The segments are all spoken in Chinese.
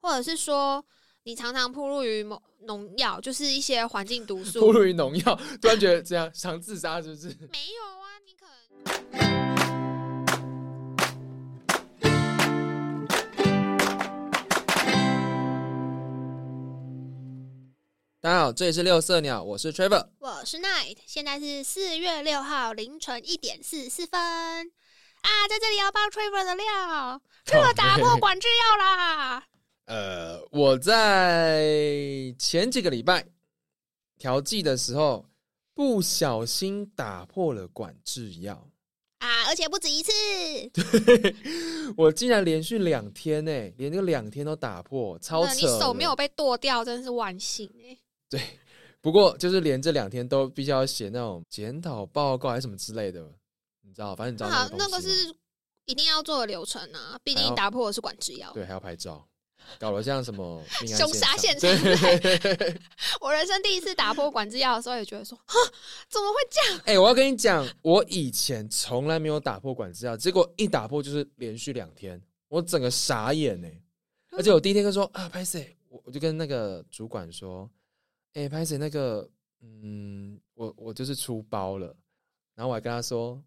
或者是说你常常暴露于某农药，就是一些环境毒 素。暴露于农药，突然觉得这样想自杀是不 是？没有啊，你可能大家好，这里是六色鸟，我是 Trevor。我是 Night，现在是四月六号凌晨一点四十四分啊，在这里要爆 Trevor 的料，Trevor 打破管制药啦！呃，我在前几个礼拜调剂的时候，不小心打破了管制药，啊，而且不止一次，我竟然连续两天呢、连这两天都打破，超那扯呃你的。手没有被剁掉，真是万幸哎、不过就是连这两天都必须要写那种检讨报告还是什么之类的，你知道，反正你知道那好，啊个那东个西吗是一定要做的流程啊，毕还要竟打破的是管制药。对，还要拍照，搞得像什么命案凶杀现现场对，我人生第一次打破管制药的时候，也觉得说， 哈，怎么会这样？哎、我要跟你讲，我以前从来没有打破管制药，结果一打破就是连续两天，我整个傻眼呢、嗯而且我第一天就说啊，拍谁？我我就跟那个主管说，哎、拍谁？那个，嗯，我我就是出包了。然后我还跟他说，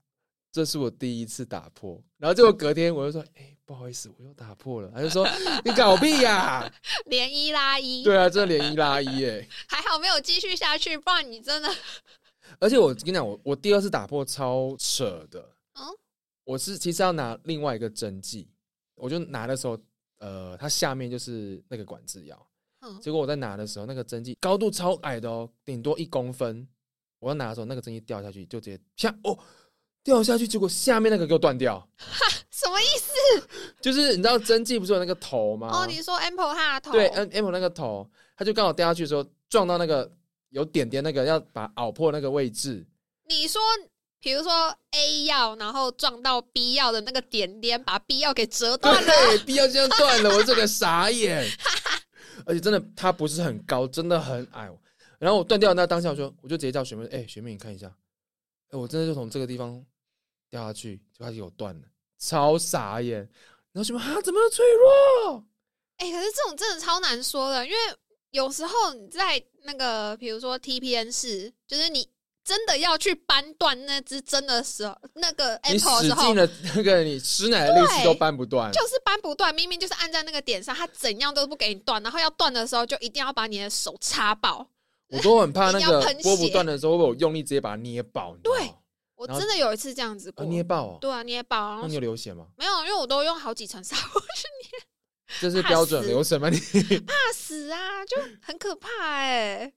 这是我第一次打破。然后结果隔天我就说，哎、不好意思，我又打破了。他就说，你搞屁呀、 连一拉一，对啊，这连一拉一耶、还好没有继续下去，不然你真的 而且我跟你讲，我我第二次打破超扯的。嗯我是其实要拿另外一个针剂，我就拿的时候，呃，它下面就是那个管制药。嗯结果我在拿的时候，那个针剂高度超矮的哦，顶多一公分。我要拿的时候，那个针剂掉下去，就直接啪哦掉下去，结果下面那个给我断掉。什么意思？就是你知道针剂不是有那个头吗？哦，你说 Apple 哈头，啊对，M 呃嗯 M 那个头，它就刚好掉下去的时候撞到那个有点点那个要把它咬破那个位置。你说。比如说 A 药，然后撞到 B 药的那个点点，把 B 药给折断 了。对，必要这样断了，我这个傻眼。 而且真的，它不是很高，真的很矮。然后我断掉的那当下，我说，我就直接叫学妹，哎、学妹你看一下，哎、我真的就从这个地方掉下去，就开始有断了，超傻眼。然后学妹啊，怎么那么脆弱？哎、可是这种真的超难说的，因为有时候你在那个，比如说 TPN 室，就是你真的要去扳断那只针的时候，那个你 Apple 的使时候劲，的那个你吃奶的力气都扳不断，就是扳不断，明明就是按在那个点上，它怎样都不给你断，然后要断的时候就一定要把你的手插爆。我都很怕你那要个喷拨不血断的时候，会不会我用力直接把它捏爆。你知道对吗，我然后真的有一次这样子过，啊，捏爆哦。对啊，捏爆，然那后你有流血吗？没有，因为我都用好几层纱布，这是怕标准死流程吗？你怕死啊，就很可怕哎、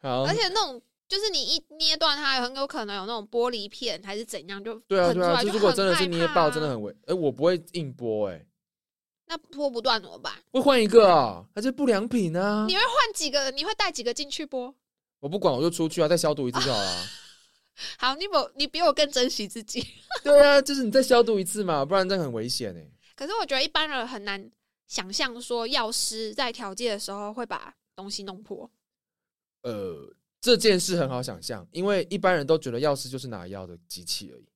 好，而且那种就是你一捏断它，很有可能有那种玻璃片还是怎样，就对啊，喷对出来啊，就如果真的是很害捏怕爆，啊真的很危。哎、我不会硬剥，哎，那剥不断怎么办？会换一个啊，那是不良品啊你。会换几个？你会带几个进去剥？我不管，我就出去啊， 再消毒一次就好了。好，你比我你比我更珍惜自己。 对啊，就是你再消毒一次嘛，不然这样很危险哎、可是我觉得一般人很难想象说药师在调剂的时候会把东西弄破。呃，这件事很好想象，因为一般人都觉得药师就是拿药的机器而已。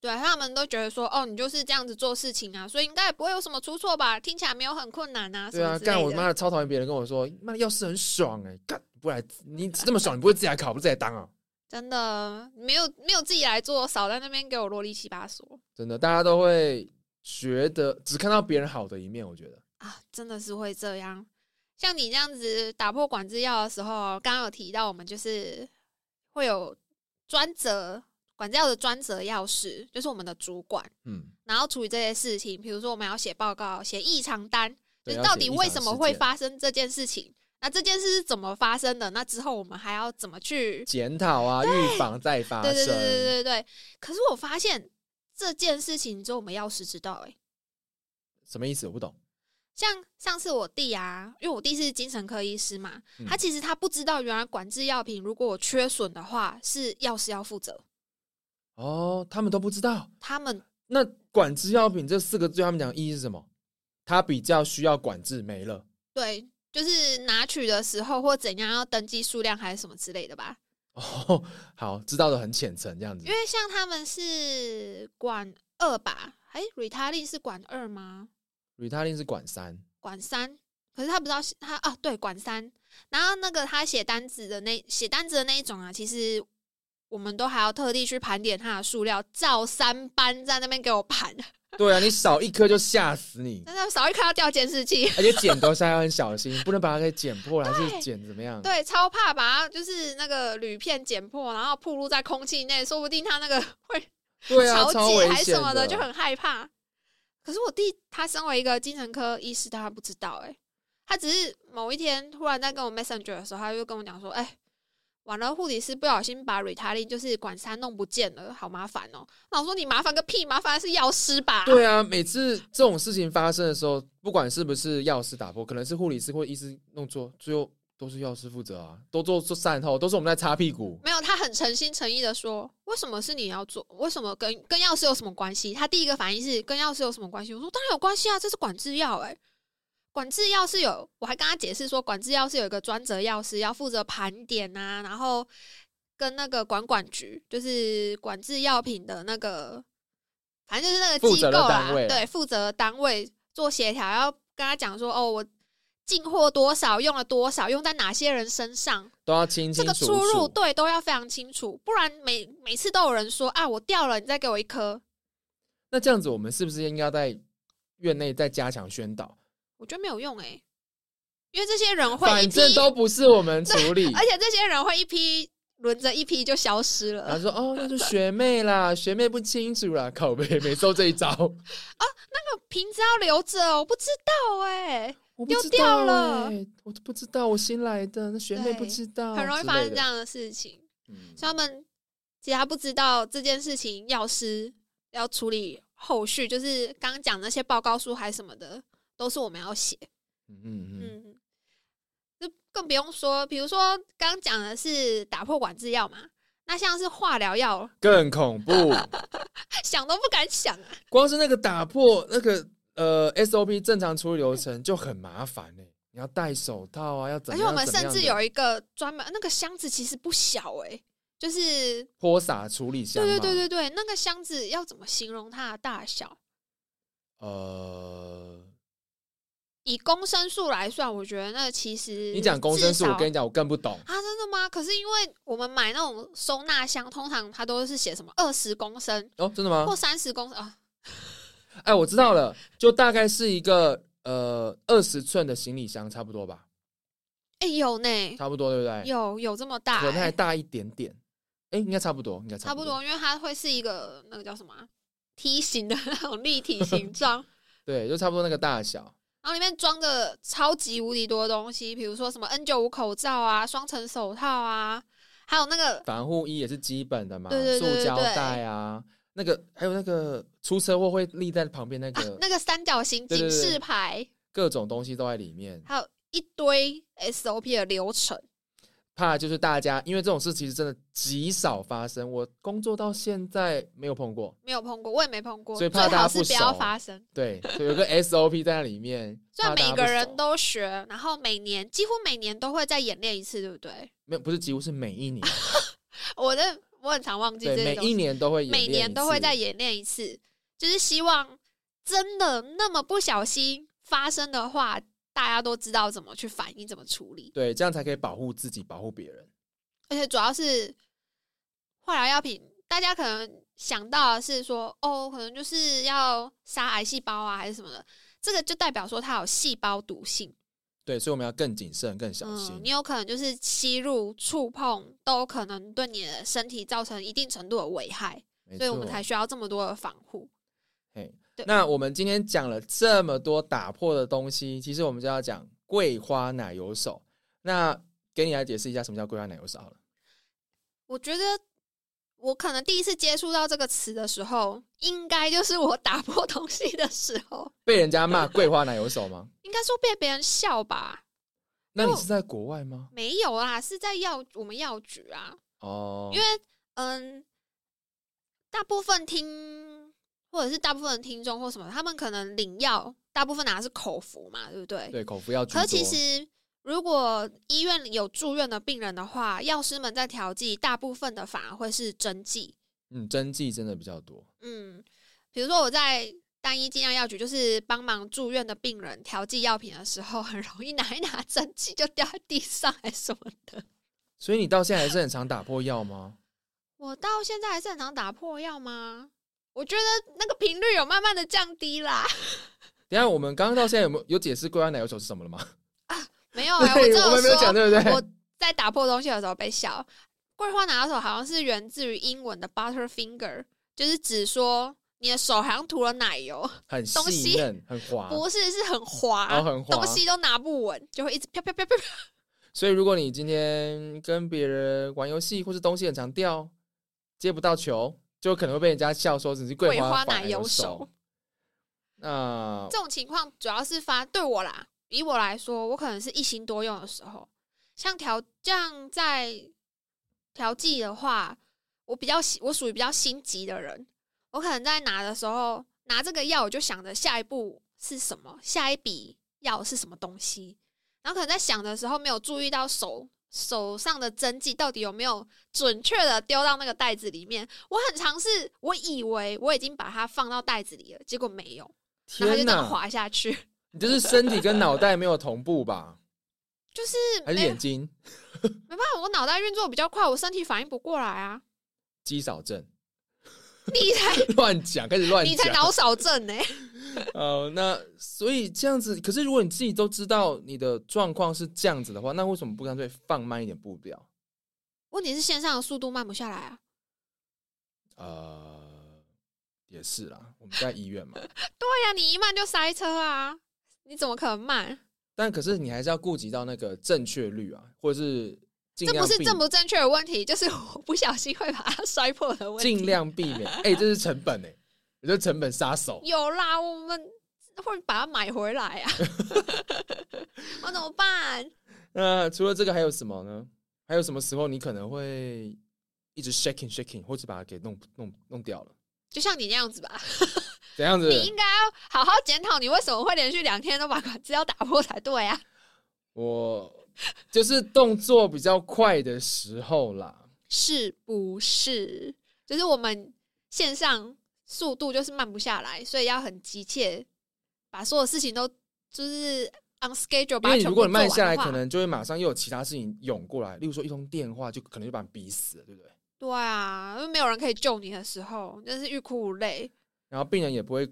对啊他们都觉得说，哦，你就是这样子做事情啊，所以应该也不会有什么出错吧？听起来没有很困难啊，什对么啊，之类干我的。妈的超讨厌别人跟我说，妈的药师很爽哎、干不来你这么爽，你不会自己来考，不是自己来当啊？真的没有没有自己来做，少在那边给我啰里七八嗦真的，大家都会觉得只看到别人好的一面，我觉得。啊！真的是会这样。像你这样子打破管制药的时候，刚刚有提到我们就是会有专责管制药的专责药师，就是我们的主管，嗯，然后处理这些事情，比如说我们要写报告、写异常单，就对是要到写底异为常什么事会件发生这件事情？那这件事是怎么发生的？那之后我们还要怎么去？检讨啊，预防再发对生。对对对对对。可是我发现这件事情只有我们药师知道、欸，什么意思？我不懂。像上次我弟啊，因为我弟是精神科医师嘛，嗯他其实他不知道，原来管制药品如果我缺损的话，是药师要负责。哦，他们都不知道。他们那管制药品这四个字对他们讲的意义是什么？它比较需要管制，没了。对，就是拿取的时候或怎样要登记数量还是什么之类的吧。哦，好，知道的很浅层这样子因。为像他们是管二吧，哎、r e t a l i n 是管二吗？ r e t a l i n 是管三，管三？可是他不知道写他啊，对，管三。然后那个他写单子的那写单子的那一种啊，其实我们都还要特地去盘点它的数量，照三班在那边给我盘， 对啊，你少一颗就吓死你，真的少一看到掉监视器， 而且剪头下要很小心，不能把它给剪破了，还对是剪怎么样？对，超怕把它就是那个铝片剪破，然后暴露在空气内，说不定它那个 会对啊，潮超解危还是险什么的，就很害怕。可是我弟他身为一个精神科医师，他不知道哎、欸他只是某一天突然在跟我 messenger 的时候，他就跟我讲说，哎、完了，护理师不小心把 r e t a l i 就是管三弄不见了，好麻烦哦、那我说你麻烦个屁，麻烦的是药师吧？对啊，每次这种事情发生的时候，不管是不是药师打破，可能是护理师或医师弄错，最后都是药师负责啊，都做做善后，都是我们在擦屁股。没有，他很诚心诚意的说，为什么是你要做？为什么跟跟药师有什么关系？他第一个反应是跟药师有什么关系？我说当然有关系啊，这是管制药哎、管制药是有，我还跟他解释说，管制药是有一个专责药师要负责盘点啊，然后跟那个管管局，就是管制药品的那个，反正就是那个负机责构啦的单，位对，负责单位做协调，要跟他讲说，哦，我进货多少，用了多少，用在哪些人身上，都要清这清个楚出入楚。对都要非常清楚，不然每每次都有人说啊，我掉了，你再给我一颗，那这样子，我们是不是应该在院内再加强宣导？我觉得没有用哎、因为这些人会一哎反批，正都不是我们处理。而且这些人会一批轮着一批就消失了。然后说哦，那是学妹啦，学妹不清楚啦，靠背没受这一招， 瓶子要留着哦，我不知道哎、我不丢知掉道了欸我都不知道，我新来的那学妹不对知道，很容易哦之发类生这的。样的事情。嗯所以他们其实他不知道这件事情，药师要处理后续，就是刚刚讲那些报告书还什么的，都是我们要写。嗯嗯嗯，嗯，就更不用说，比如说刚刚讲的是打破管制药嘛，那像是化疗药， 更恐怖。想都不敢想啊。光是那个打破那个呃 SOP 正常处理流程就很麻烦呢、你要戴手套啊，要怎而么且哎样？我们怎么甚样至的有一个专门那个箱子，其实不小诶、就是泼洒处理箱对嘛，对对对对，那个箱子要怎么形容它的大小？呃，以公升数来算，我觉得那其实你讲公升数，至我少跟你讲，我更不懂。啊，真的吗？可是因为我们买那种收纳箱，通常它都是写什么二十公升哦，真的吗或？三十公升啊，哎，我知道了，就大概是一个呃二十寸的行李箱，差不多吧，哎、有呢，差不多对不对？有有这么大、可能还欸，大一点点，哎，应该差不多，应该差不不。多，因为它会是一个那个叫什么啊、梯形的那种立体形 状，对，就差不多那个大小。然后里面装着超级无敌多的东西，比如说什么 N 九五口罩啊、双层手套啊，还有那个防护衣也是基本的嘛，对对对塑对胶对袋啊，那个还有那个出车祸会立在旁边那啊个那个三角形对对警对示牌，各种东西都在里面，还有一堆 SOP 的流程。怕就是大家因为这种事其实真的极少发生，我工作到现在没有碰过，没有碰过，我也没碰过，所最以怕大家好是不不要熟发生。对，就有个 SOP 在那里 面，虽然怕大每家个不人熟都学，然后每年几乎每年都会再演练一次，对不对？没有不是几乎是每一年，我的我很常忘啊记这对，些每东西一。年都会演练每一年都会次再演练一次，就是希望真的那么不小心发生的话，大家都知道怎么去反应、怎么处理。对，这样才可以保护自己，保护别人。而且主要是化疗药品，大家可能想到的是说，哦，可能就是要杀癌细胞啊，还是什么的。这个就代表说它有细胞毒性，对，所以我们要更谨慎、更小心。嗯，你有可能就是吸入、触碰都可能对你的身体造成一定程度的危害，没所以我们错才需要这么多的防护。嘿对， 那我们今天讲了这么多打破的东西，其实我们就要讲桂花奶油手。那给你来解释一下什么叫桂花奶油手好了。我觉得我可能第一次接触到这个词的时候，应该就是我打破东西的时候，被人家骂桂花奶油手 吗？应该说被别人笑吧？那你是在国外吗？没有啦，是在药我们药局啊，哦，因为嗯，大部分听或者是大部分的听众或什么，他们可能领药，大部分拿的是口服嘛，对不对？对口服药居可是多。其实，如果医院有住院的病人的话，药师们在调剂，大部分的反而会是针剂。嗯，针剂真的比较多。嗯，比如说我在单一剂量药局就是帮忙住院的病人调剂药品的时候，很容易拿一拿针剂就掉在地上，还是什么的。所以你到现在还是很常打破药吗？我到现在还是很常打破药吗？我觉得那个频率有慢慢的降低啦。等一下我们刚刚到现在有没有有解释桂花奶油球是什么了吗？没有啊，我对只 我们没有有说讲，对不对？我在打破东西的时候被笑。桂花拿手好像是源自于英文的 butterfinger，就是指说你的手好像涂了奶油，很东细西嫩，很滑，不是是很滑，然哦后很滑东。西都拿不稳，就会一直飘飘飘飘飘。所以如果你今天跟别人玩游戏，或是东西很常掉，接不到球，就可能会被人家笑说只是桂桂花反奶而有油手手。那这种情况主要是发对我啦，以我来说，我可能是一心多用的时候，像调像在调剂的话，我比较喜我属于比较心急的人，我可能在拿的时候拿这个药，我就想着下一步是什么，下一笔药是什么东西，然后可能在想的时候没有注意到手。手上的针剂到底有没有准确的丢到那个袋子里面？我很尝试，我以为我已经把它放到袋子里了，结果没有。然后就天这样哪，滑下去，你就是身体跟脑袋没有同步吧？就是还是没眼睛没办法，我脑袋运作比较快，我身体反应不过来啊。肌少症？ 你才乱讲，开始乱你才讲。脑少症 呢、呃，那所以这样子，可是如果你自己都知道你的状况是这样子的话，那为什么不干脆放慢一点步调？问题是线上的速度慢不下来啊。呃，也是啦，我们在医院嘛，对呀、你一慢就塞车啊，你怎么可能慢？但可是你还是要顾及到那个正确率啊，或者是尽这量不是避正不正确的问题，就是 我不小心会把它摔破的问题。尽量避免。哎、这是成本哎、也就是成本杀手。有啦，我们会把它买回来 啊。我怎么办？那除了这个还有什么呢？还有什么时候你可能会一直 shaking shaking，或者把它给弄弄弄掉了？就像你那样子吧，怎样子？你应该要好好检讨你为什么会连续两天都把管子要打破才对啊。我就是动作比较快的时候啦。是不是？就是我们线上速度就是慢不下来，所以要很急切，把所有事情都就是 on schedule 因把它为全部如做果你完慢的下来，话可能就会马上又有其他事情涌过来，例如说一通电话就可能就把你逼死了，对不对？对啊，因为没有人可以救你的时候，真是欲哭无泪。然后病人也不会，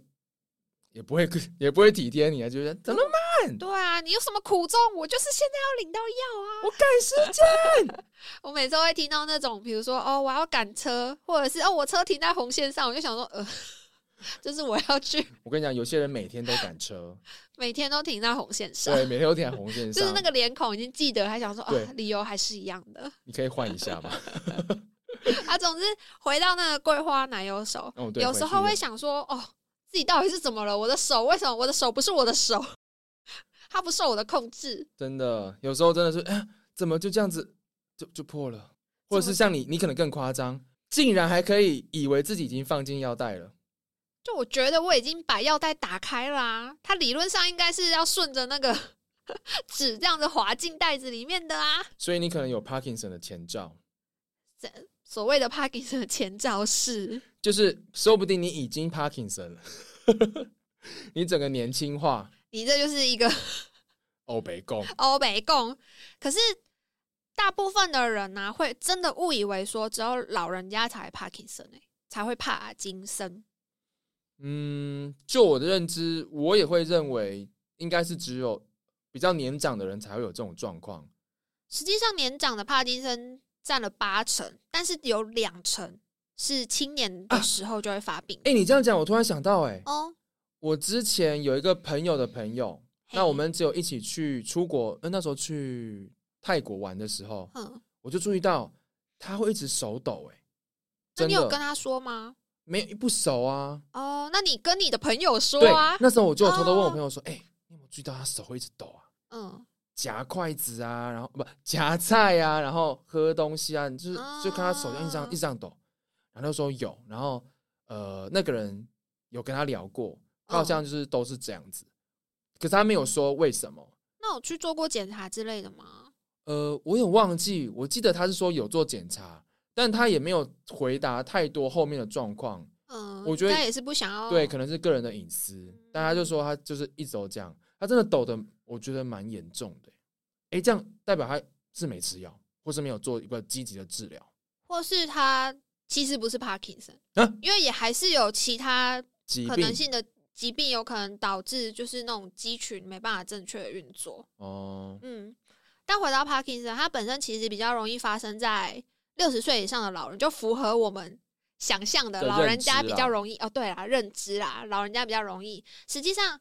也不会，也不会体贴你啊，就是怎么嘛，对啊，你有什么苦衷？我就是现在要领到药啊！我赶时间。我每次都会听到那种，比如说哦，我要赶车，或者是哦，我车停在红线上，我就想说，呃， 就是我要去，我跟你讲，有些人每天都赶 车，每天都停在红线上，对，每天都停在红线就是上那，个脸孔已经记得，还想说啊对，理由还是一样的。你可以换一 下嘛。 啊，总之回到那个桂花奶油手，哦，对，有时候回会去想说，哦，自己到底是怎么了？我的手为什么我的手不是我的手？ 它不受我的控制，真的，有时候真的是，哎，怎么就这样子就就破了？或者是像你，你可能更夸张，竟然还可以以为自己已经放进腰带了。就我觉得我已经把药袋打开啦、它理论上应该是要顺着那个 纸这样子滑进袋子里面的啊。所以你可能有 Parkinson 的前兆，所谓的帕金森的前兆是，就是说不定你已经 Parkinson 了， 你整个年轻化，哦你这就是一个 欧北共欧北共。可是大部分的人呢、会真的误以为说只有老人家才帕金森诶，才会帕金森。嗯，就我的认知，我也会认为应该是只有比较年长的人才会有这种状况。实际上，年长的帕金森占了八成，但是有两成是青年啊的时候就会发病。哎、你这样讲，我突然想到、哎，哦，我之前有一个朋友的朋友，嘿那我们只有一起去出国，呃、那时候去泰国玩的时候，嗯，我就注意到他会一直手抖、哎，那真你有跟的他说吗？没有不熟啊。哦，那你跟你的朋友说对啊，。那时候我就有偷偷问我哦朋友说，哎、你有没有注意到他手会一直抖啊？嗯，夹筷子啊，然后不夹菜啊，然后喝东西啊，你就是就看他手这样一直这样啊一直这样抖，然后他说有，然后呃那个人有跟他聊过，他好像就是都是这样子，可是他没有说为什么，那我去做过检查之类的吗？呃我有忘记，我记得他是说有做检查，但他也没有回答太多后面的状况，嗯，我觉得他也是不想要对，可能是个人的隐私，但他就说他就是一直都这样，他真的抖的，我觉得蛮严重的、欸诶，这样代表他是没吃药，或是没有做一个积极的治疗，或是他其实不是 Parkinson，、啊因为也还是有其他疾可病能性的疾病，有可能导致就是那种肌群没办法正确的运作。哦，嗯，但回到 Parkinson，它本身其实比较容易发生在六十岁以上的老人，就符合我们想象的的老人认知啊家比啦较容易哦，对啦，认知啦，老人家比较容易。实际上，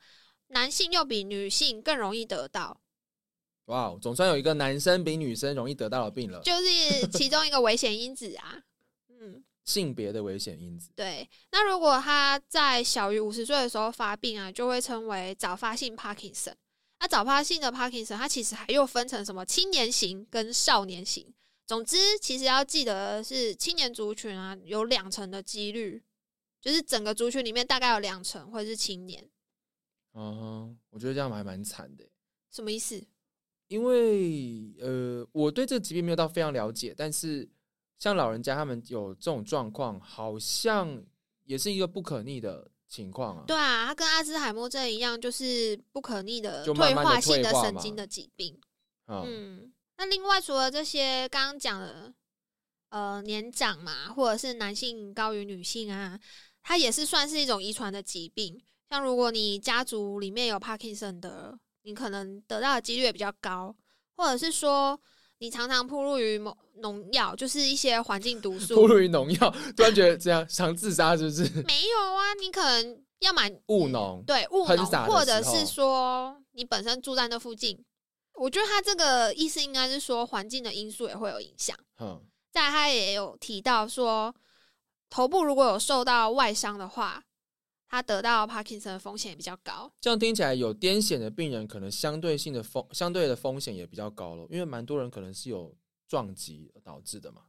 男性又比女性更容易得到，哇哦，总算有一个男生比女生容易得到的病了，就是其中一个危险因子啊。嗯，性别的危险因子，对，那如果他在小于五十岁的时候发病啊，就会称为早发性 Parkinson。那早发性的 Parkinson，它其实还又分成什么青年型跟少年型。总之，其实要记得是青年族群啊，有两成的几率，就是整个族群里面大概有两成会是青年。哦，我觉得这样还蛮惨的、欸什么意思？因为呃，我对这个疾病没有到非常了解，但是像老人家他们有这种状况，好像也是一个不可逆的情况啊。对啊，它跟阿兹海默症一样，就是不可逆的就慢慢地化性的退化神嘛经的疾病。啊，嗯，那另外除了这些刚刚讲的，呃，年长嘛，或者是男性高于女性啊，它也是算是一种遗传的疾病。像如果你家族里面有 Parkinson 的，你可能得到的几率也比较高，或者是说你常常暴露于某农药，就是一些环境毒暴 素。露于农药，突然觉得这样想自杀是不是？ 没有啊，你可能要买务农对务喷农洒，的或者时候是说你本身住在那附近。我觉得他这个意思应该是说环境的因素也会有影响。嗯，再来他也有提到说，头部如果有受到外伤的话，他得到 Parkinson 的风险也比较高。这样听起来有癫痫的病人，可能相对性的风相对的风险也比较高了，因为蛮多人可能是有撞击导致的嘛。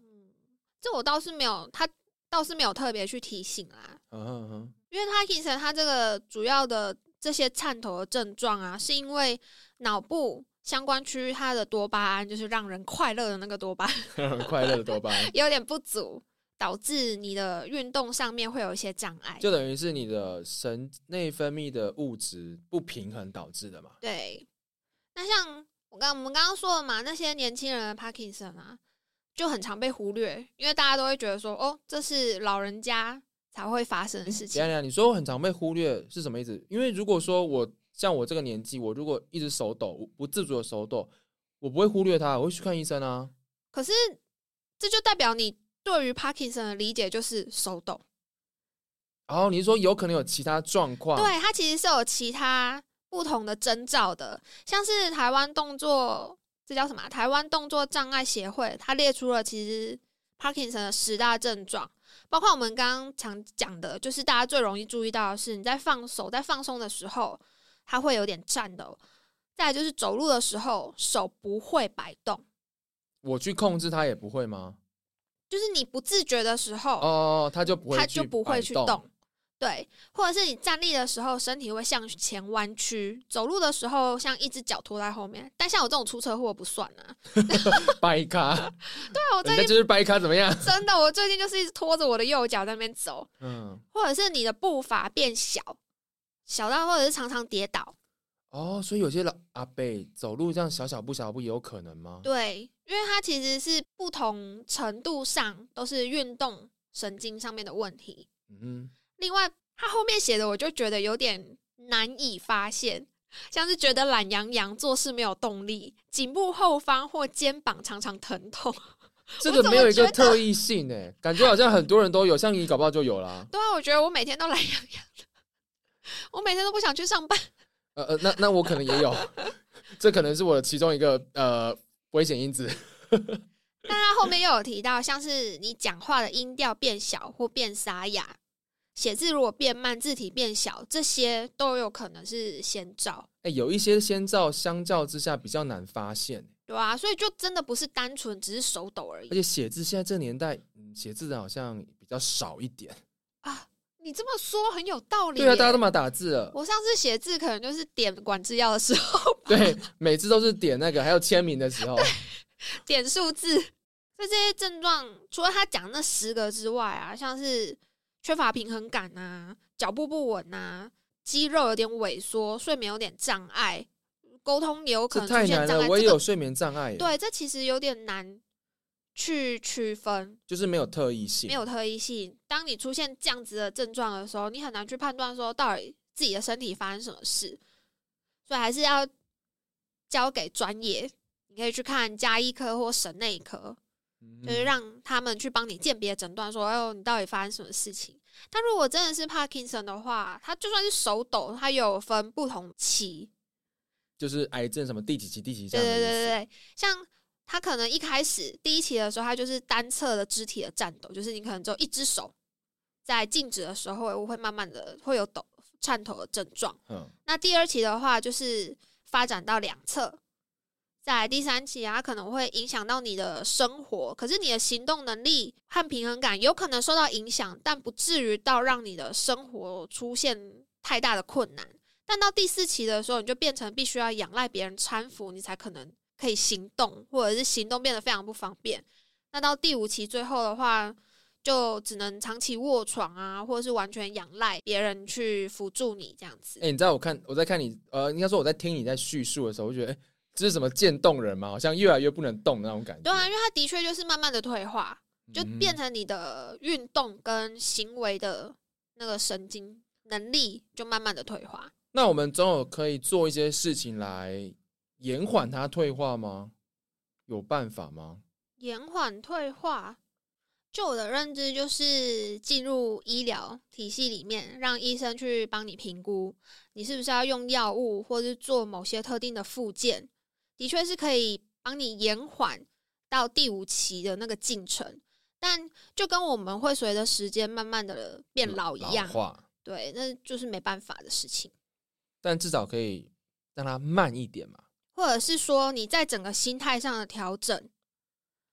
这我倒是没有，他倒是没有特别去提醒啦，嗯哼哼，因为 Parkinson 他这个主要的这些颤抖的症状啊，是因为脑部相关区域它的多巴胺，就是让人快乐的那个多巴胺很嗯 快乐的多 巴胺，有点不足，导致你的运动上面会有一些障碍。就等于是你的神内分泌的物质不平衡导致的嘛。对，那像我刚我们刚刚说的嘛，那些年轻人的 Parkinson 啊，就很常被忽略，因为大家都会觉得说，哦，这是老人家才会发生的事等一下情。等一下，你说我很常被忽略是什么意思？因为如果说我像我这个年纪，我如果一直手抖，我不自主的手抖，我不会忽略它，我会去看医生啊。可是这就代表你对于 Parkinson 的理解就是手抖，然哦后你是说有可能有其他状况，对，它其实是有其他不同的征兆的，像是台湾动作，这叫什么啊？台湾动作障碍协会，它列出了其实 Parkinson 的十大症状，包括我们刚刚常讲的，就是大家最容易注意到的是你在放手在放松的时候，它会有点颤抖。再来就是走路的时候手不会摆动，我去控制它也不会吗？就是你不自觉的时候，哦，它就不会，它就不会去动。。对，或者是你站立的时候，身体会向前弯曲；走路的时候，像一只脚拖在后面。但像我这种出车祸不算啊。掰咖，对我最人家近就是掰咖，怎么样？真的，我最近就是一直拖着我的右脚在那边走，嗯，或者是你的步伐变小，小到或者是常常跌倒。哦，所以有些老阿贝走路这样小小步小步也有可能吗？对，因为它其实是不同程度上都是运动神经上面的问题。嗯，另外，他后面写的我就觉得有点难以发现，像是觉得懒洋洋、做事没有动力、颈部后方或肩膀常常疼痛。 这我个怎么没有一觉个得特异性诶、欸感觉好像很多人都有，像你搞不好就有啦。对啊，我觉得我每天都懒洋洋的，我每天都不想去上班。 呃呃，那那我可能也有， 这可能是我的其中一个呃危险因子。 但他后面又有提到，像是你讲话的音调变小或变沙哑，写字如果变慢、字体变小，这些都有可能是先兆。哎、有一些先兆相较之下比较难发现，对啊，所以就真的不是单纯只是手抖而而已且写字现在这个年代，嗯，写字的好像比较少一点。啊！你这么说很有道理耶。对啊，大家都嘛打字了，我上次写字可能就是点管制药的时候 对，每次都是点那个，还有签名的时候，点数字，所以这些症状除了他讲那十个之外啊，像是缺乏平衡感啊，脚步不稳啊，肌肉有点萎缩，睡眠有点障碍，沟通也有可这能太出现难嗯障了，碍。我也这个有睡眠障碍耶，对，这其实有点难去区分，就是没有特异性，没有特异性。当你出现这样子的症状的时候，你很难去判断说到底自己的身体发生什么事，所以还是要交给专业。你可以去看加医科或神内科，嗯，就是让他们去帮你鉴别诊断，说，哎呦，你到底发生什么事情？但如果真的是帕金森的话，他就算是手抖，他有分不同期，就是癌症什么第几期、第几期这对样的对意思。对对，对，像他可能一开始第一期的时候，他就是单侧的肢体的颤抖，就是你可能只有一只手在静止的时候会慢慢的会有抖颤抖的症状。嗯，那第二期的话，就是发展到两侧。再来第三期啊，它可能会影响到你的生活，可是你的行动能力和平衡感有可能受到影响，但不至于到让你的生活出现太大的困难。但到第四期的时候，你就变成必须要仰赖别人搀扶，你才可能可以行动，或者是行动变得非常不方便。那到第五期最后的话，就只能长期卧床啊，或者是完全仰赖别人去辅助你这样子哎、。你知道我看我在看你，呃，应该说我在听你在叙述的时候，我就觉得，哎、这是什么渐冻人嘛？好像越来越不能动的那种感觉。对啊，因为它的确就是慢慢的退化，就嗯变成你的运动跟行为的那个神经能力就慢慢的退化。那我们总有可以做一些事情来延缓它退化吗？有办法吗？延缓退化，就我的认知就是进入医疗体系里面，让医生去帮你评估你是不是要用药物，或是做某些特定的附件，的确是可以帮你延缓到第五期的那个进程。但就跟我们会随着时间慢慢的变老一样，化，对，那就是没办法的事情。但至少可以让它慢一点嘛。或者是说你在整个心态上的调整，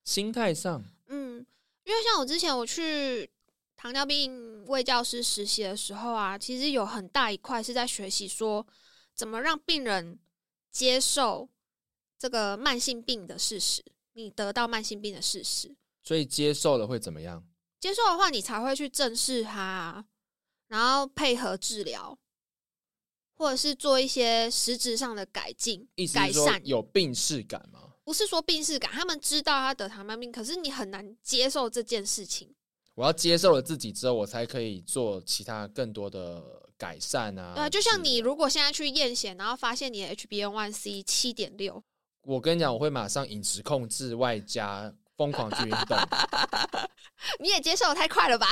心态上，嗯，因为像我之前我去糖尿病卫教师实习的时候啊，其实有很大一块是在学习说怎么让病人接受这个慢性病的事实，你得到慢性病的事实，所以接受了会怎么样？接受的话，你才会去正视它，然后配合治疗，或者是做一些实质上的改进意、思改是说善。有病视感吗？不是说病视感，他们知道他得糖尿病，可是你很难接受这件事情。我要接受了自己之后，我才可以做其他更多的改善啊。对啊，就像你治疗如果现在去验血，然后发现你的 HbA1c 七点六，我跟你讲，我会马上饮食控制，外加疯狂去运动， 你也接受的太快了吧？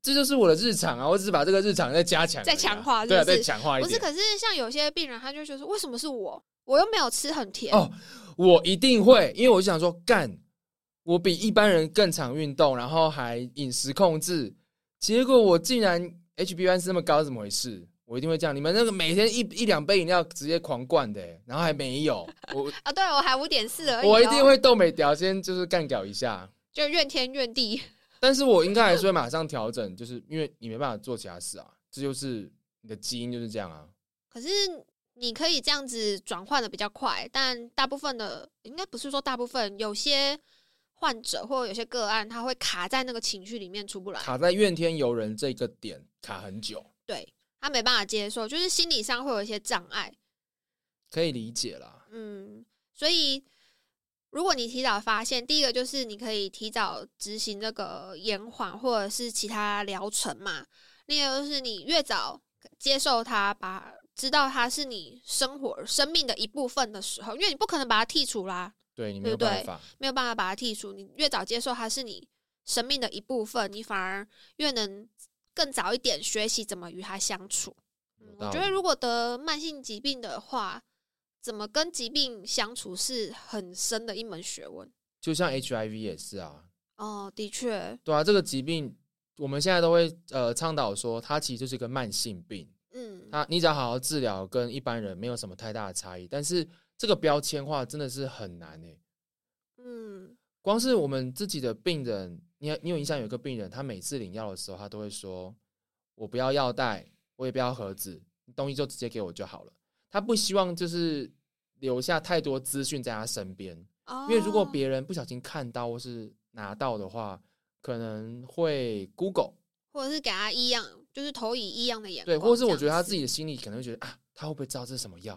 这就是我的日常啊！我只是把这个日常再加强而已啊、再强化是不对啊，是再强化一不是，点。可是像有些病人，他就觉得说为什么是我？我又没有吃很甜。哦我一定会，因为我想说，干，我比一般人更常运动，然后还饮食控制，结果我竟然 HB1 是那么高，怎么回事？我一定会这样。你们那个每天一一两杯饮料直接狂灌的、然后还没有， 我啊，对我还五点四而已、哦。我一定会斗美调，先就是干掉一下。就怨天怨地。但是我应该还是会马上调整，就是因为你没办法做其他事啊，这就是你的基因就是这样啊。可是你可以这样子转换的比较快，但大部分的应该不是说大部分，有些患者或有些个案，他会卡在那个情绪里面出不来，卡在怨天尤人这个点卡很久，对他没办法接受，就是心理上会有一些障碍。可以理解啦。嗯，所以如果你提早发现，第一个就是你可以提早执行这个延缓或者是其他疗程嘛。另一个就是你越早接受它，把知道它是你生活生命的一部分的时候，因为你不可能把它剔除啦，对你没有对不办对法，没有办法把它剔除。你越早接受它是你生命的一部分，你反而越能更早一点学习怎么与它相处。嗯有我道理觉得如果得慢性疾病的话，怎么跟疾病相处是很深的一门学问。就像 HIV 也是啊，哦，的确，对啊，这个疾病我们现在都会呃倡导说，它其实就是一个慢性病，嗯，它你只要好好治疗，跟一般人没有什么太大的差异。但是这个标签化真的是很难诶、嗯，光是我们自己的病人，你你有印象有一个病人，他每次领药的时候，他都会说：“我不要药袋，我也不要盒子，东西就直接给我就好了。”他不希望就是留下太多资讯在他身边，哦，因为如果别人不小心看到或是拿到的话，可能会 Google 或者是给他异样，就是投以异样的眼光，对，或者是我觉得这他样自己的心里可能会觉得啊，他会不会知道这是什么药？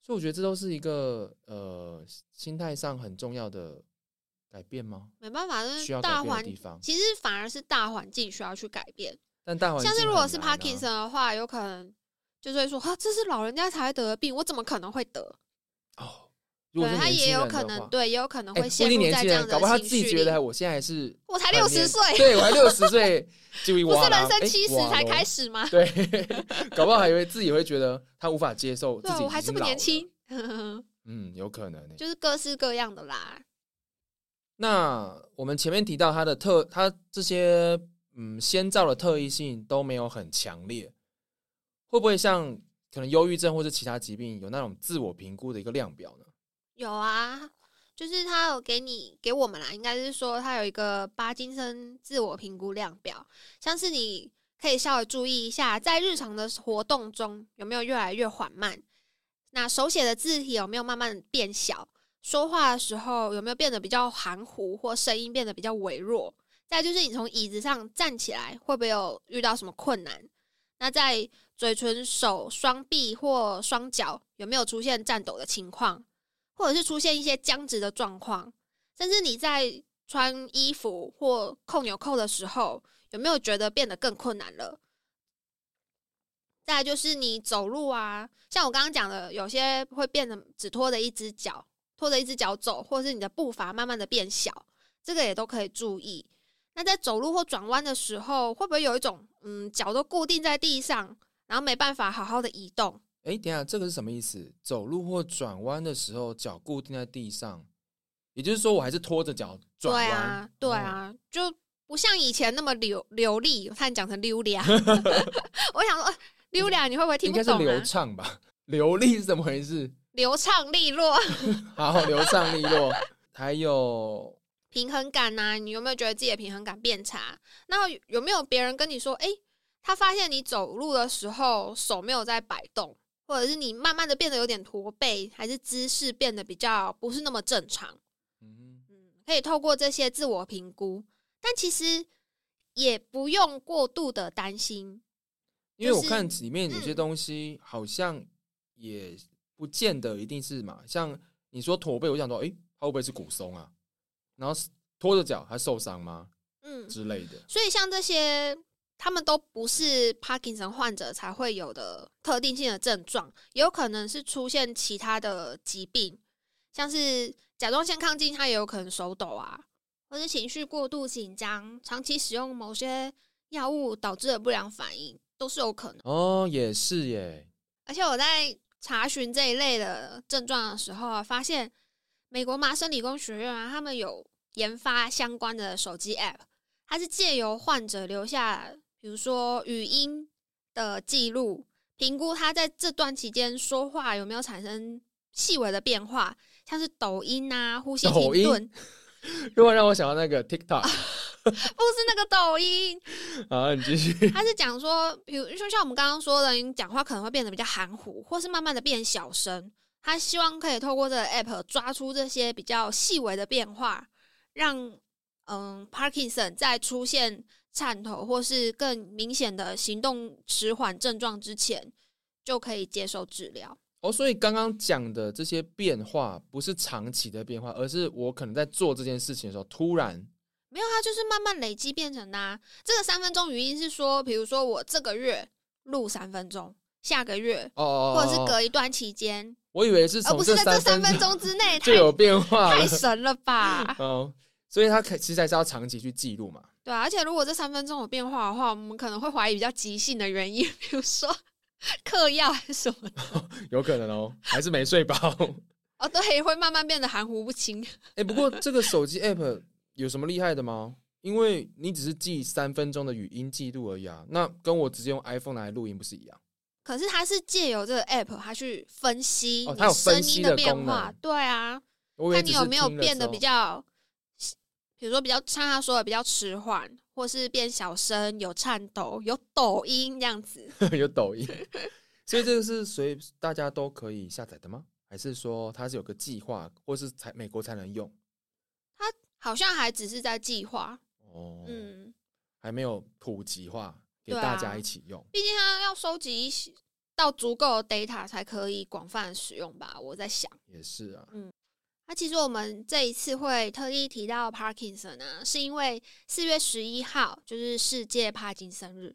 所以我觉得这都是一个呃心态上很重要的改变吗？没办法，就需是要大改变的环地方。其实反而是大环境需要去改变。但大环境像是如果是 p a r 很 k i n 难啊 s o n 的话，有可能就是会说，哈，这是老人家才会得的病，我怎么可能会得？哦，如可果能是他年轻也有人可的能话，对，也有可能哎会不一陷定入年在轻这样人，的搞不好他情自己绪觉里得哎我现在还是我才很六十年岁，对我还六十岁，就 不是人哎生七十哇才咯开始吗？对， 搞不好还以为自己会觉得他无法接受自对己啊，已我还这经么年老了轻，嗯，有可能欸、就是各式各样的啦。那我们前面提到它的特，它这些嗯先兆的特异性都没有很强烈，会不会像可能忧郁症或是其他疾病有那种自我评估的一个量表呢？有啊，就是他有给你给我们啦，应该是说他有一个巴金森自我评估量表，像是你可以稍微注意一下，在日常的活动中有没有越来越缓慢，那手写的字体有没有慢慢变小，说话的时候有没有变得比较含糊或声音变得比较微弱，再就是你从椅子上站起来会不会有遇到什么困难，那在嘴唇、手、双臂或双脚有没有出现颤抖的情况？或者是出现一些僵直的状况，甚至你在穿衣服或扣纽扣的时候，有没有觉得变得更困难了？再来就是你走路啊，像我刚刚讲的，有些会变得只拖着一只脚，拖着一只脚走，或者是你的步伐慢慢的变小，这个也都可以注意。那在走路或转弯的时候，会不会有一种嗯脚都固定在地上，然后没办法好好的移动？哎，等一下这个是什么意思？走路或转弯的时候，脚固定在地上，也就是说我还是拖着脚转对弯。嗯哦啊，对啊，就不像以前那么流流利。我差点讲成溜 达，我想说呃溜达你会不会听应不该是懂流啊？畅吧？ 流利是怎么回事？流畅利落，好，流畅利落，还有平衡感呐、你有没有觉得自己的平衡感变差？那有有没有别人跟你说，诶，他发现你走路的时候手没有在摆动，或者是你慢慢的变得有点驼背，还是姿势变得比较不是那么正常？嗯，嗯，可以透过这些自我评估，但其实也不用过度的担心，因为我就是看里面有些嗯东西好像也不见得一定是嘛，像你说驼背，我想说，诶，他会不会是骨松啊？然后拖着脚，他受伤吗嗯，之类的？所以像这些，他们都不是 Parkinson 患者才会有的特定性的症状，也有可能是出现其他的疾病，像是甲状腺亢进，它也有可能手抖啊，或是情绪过度紧张，长期使用某些药物导致的不良反应，都是有可能。哦，也是耶，而且我在查询这一类的症状的时候啊，发现美国麻省理工学院啊，他们有研发相关的手机 App，它是借由患者留下，比如说语音的记录，评估他在这段期间说话有没有产生细微的变化，像是抖音啊、呼吸抖停音顿， 如果让我想到那个 TikTok，不是那个抖音，好，你继 续。他是讲说，比如就像我们刚刚说的，你讲话可能会变得比较含糊，或是慢慢的变小声。他希望可以透过这个 app 抓出这些比较细微的变化，让嗯 Parkinson 在出现颤抖或是更明显的行动迟缓症状之前，就可以接受治疗。哦，所以刚刚讲的这些变化不是长期的变化，而是我可能在做这件事情的时候，突然没有，它啊就是慢慢累积变成的、啊。这个三分钟语音是说，比如说我这个月录三分钟，下个月哦哦，或者是哦，隔一段期间。我以为是而从哦不是在这三三分钟钟 之内，就太有变化太，了？神了吧哦，所以他可其实还是要长期去记录嘛。对啊，而且如果这三分钟有变化的话，我们可能会怀疑比较急性的原因， 比如说嗑药还是什么的。有可能哦，还是没睡饱。哦，对，会慢慢变得含糊不清。哎、不过这个手机 app 有什么厉害的吗？因为你只是记三分钟的语音记录而已啊，那跟我直接用 iPhone 来录音不是一样？可是它是借由这个 app，它去分析哦它有你声分析音的变功化能。对啊，我以为看只你是有没有听的变得时候比较，比如说比较像他说的比较迟缓，或是变小声、有颤抖、有抖音这样子。 有抖音，所以这个是随大家都可以下载的吗？还是说它是有个计划，或是才美国才能用？好像还只是在计划，哦，嗯，还没有普及化，给对啊大家一起用。毕竟它要收集一些到足够的 data 才可以广泛使用吧，我在想。也是啊，那、其实我们这一次会特地提到 Parkinson 呢，是因为四月十一号就是世界帕金森日。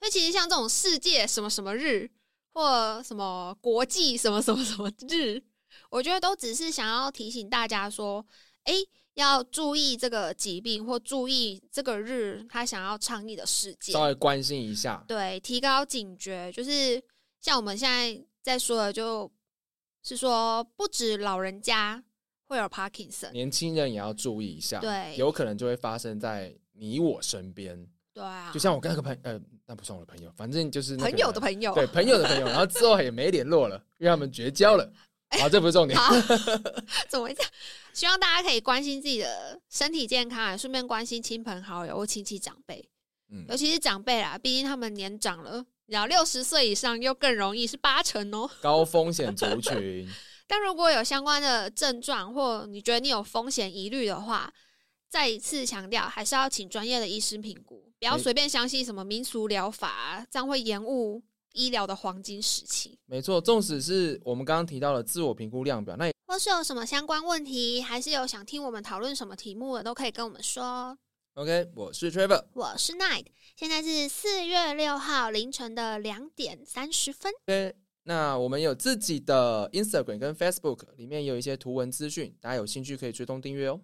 那其实像这种世界什么什么日，或什么国际什么什么什么日，我觉得都只是想要提醒大家说，哎，要注意这个疾病，或注意这个日他想要倡议的事件。稍微关心一下，对，提高警觉，就是像我们现在在说的，就是说不止老人家会有 Parkinson，年轻人也要注意一下，对有可能就会发生在你我身边。对啊，就像我跟那个朋呃，那不算我的朋友，反正就是那个朋友的朋友，对朋友的朋友，然后之后也没联络了，因为他们绝交了。好，这不是重点。好， 怎么会这样？希望大家可以关心自己的身体健康，啊顺便关心亲朋好友或亲戚长辈， 嗯，尤其是长辈啦，毕竟他们年长了。然后六十岁以上又更容易是八成哦。高风险族群，但如果有相关的症状或你觉得你有风险疑虑的话，再一次强调，还是要请专业的医师评估，不要没随便相信什么民俗疗法啊，这样会延误医疗的黄金时期。没错。纵使是我们刚刚提到的自我评估量表，那也或是有什么相关问题，还是有想听我们讨论什么题目的，都可以跟我们说哦。 OK。我是 Trevor，我是 Night，现在是四月六号凌晨的两点三十分。对，那我们有自己的 Instagram 跟 Facebook，里面有一些图文资讯，大家有兴趣可以追踪订阅哦。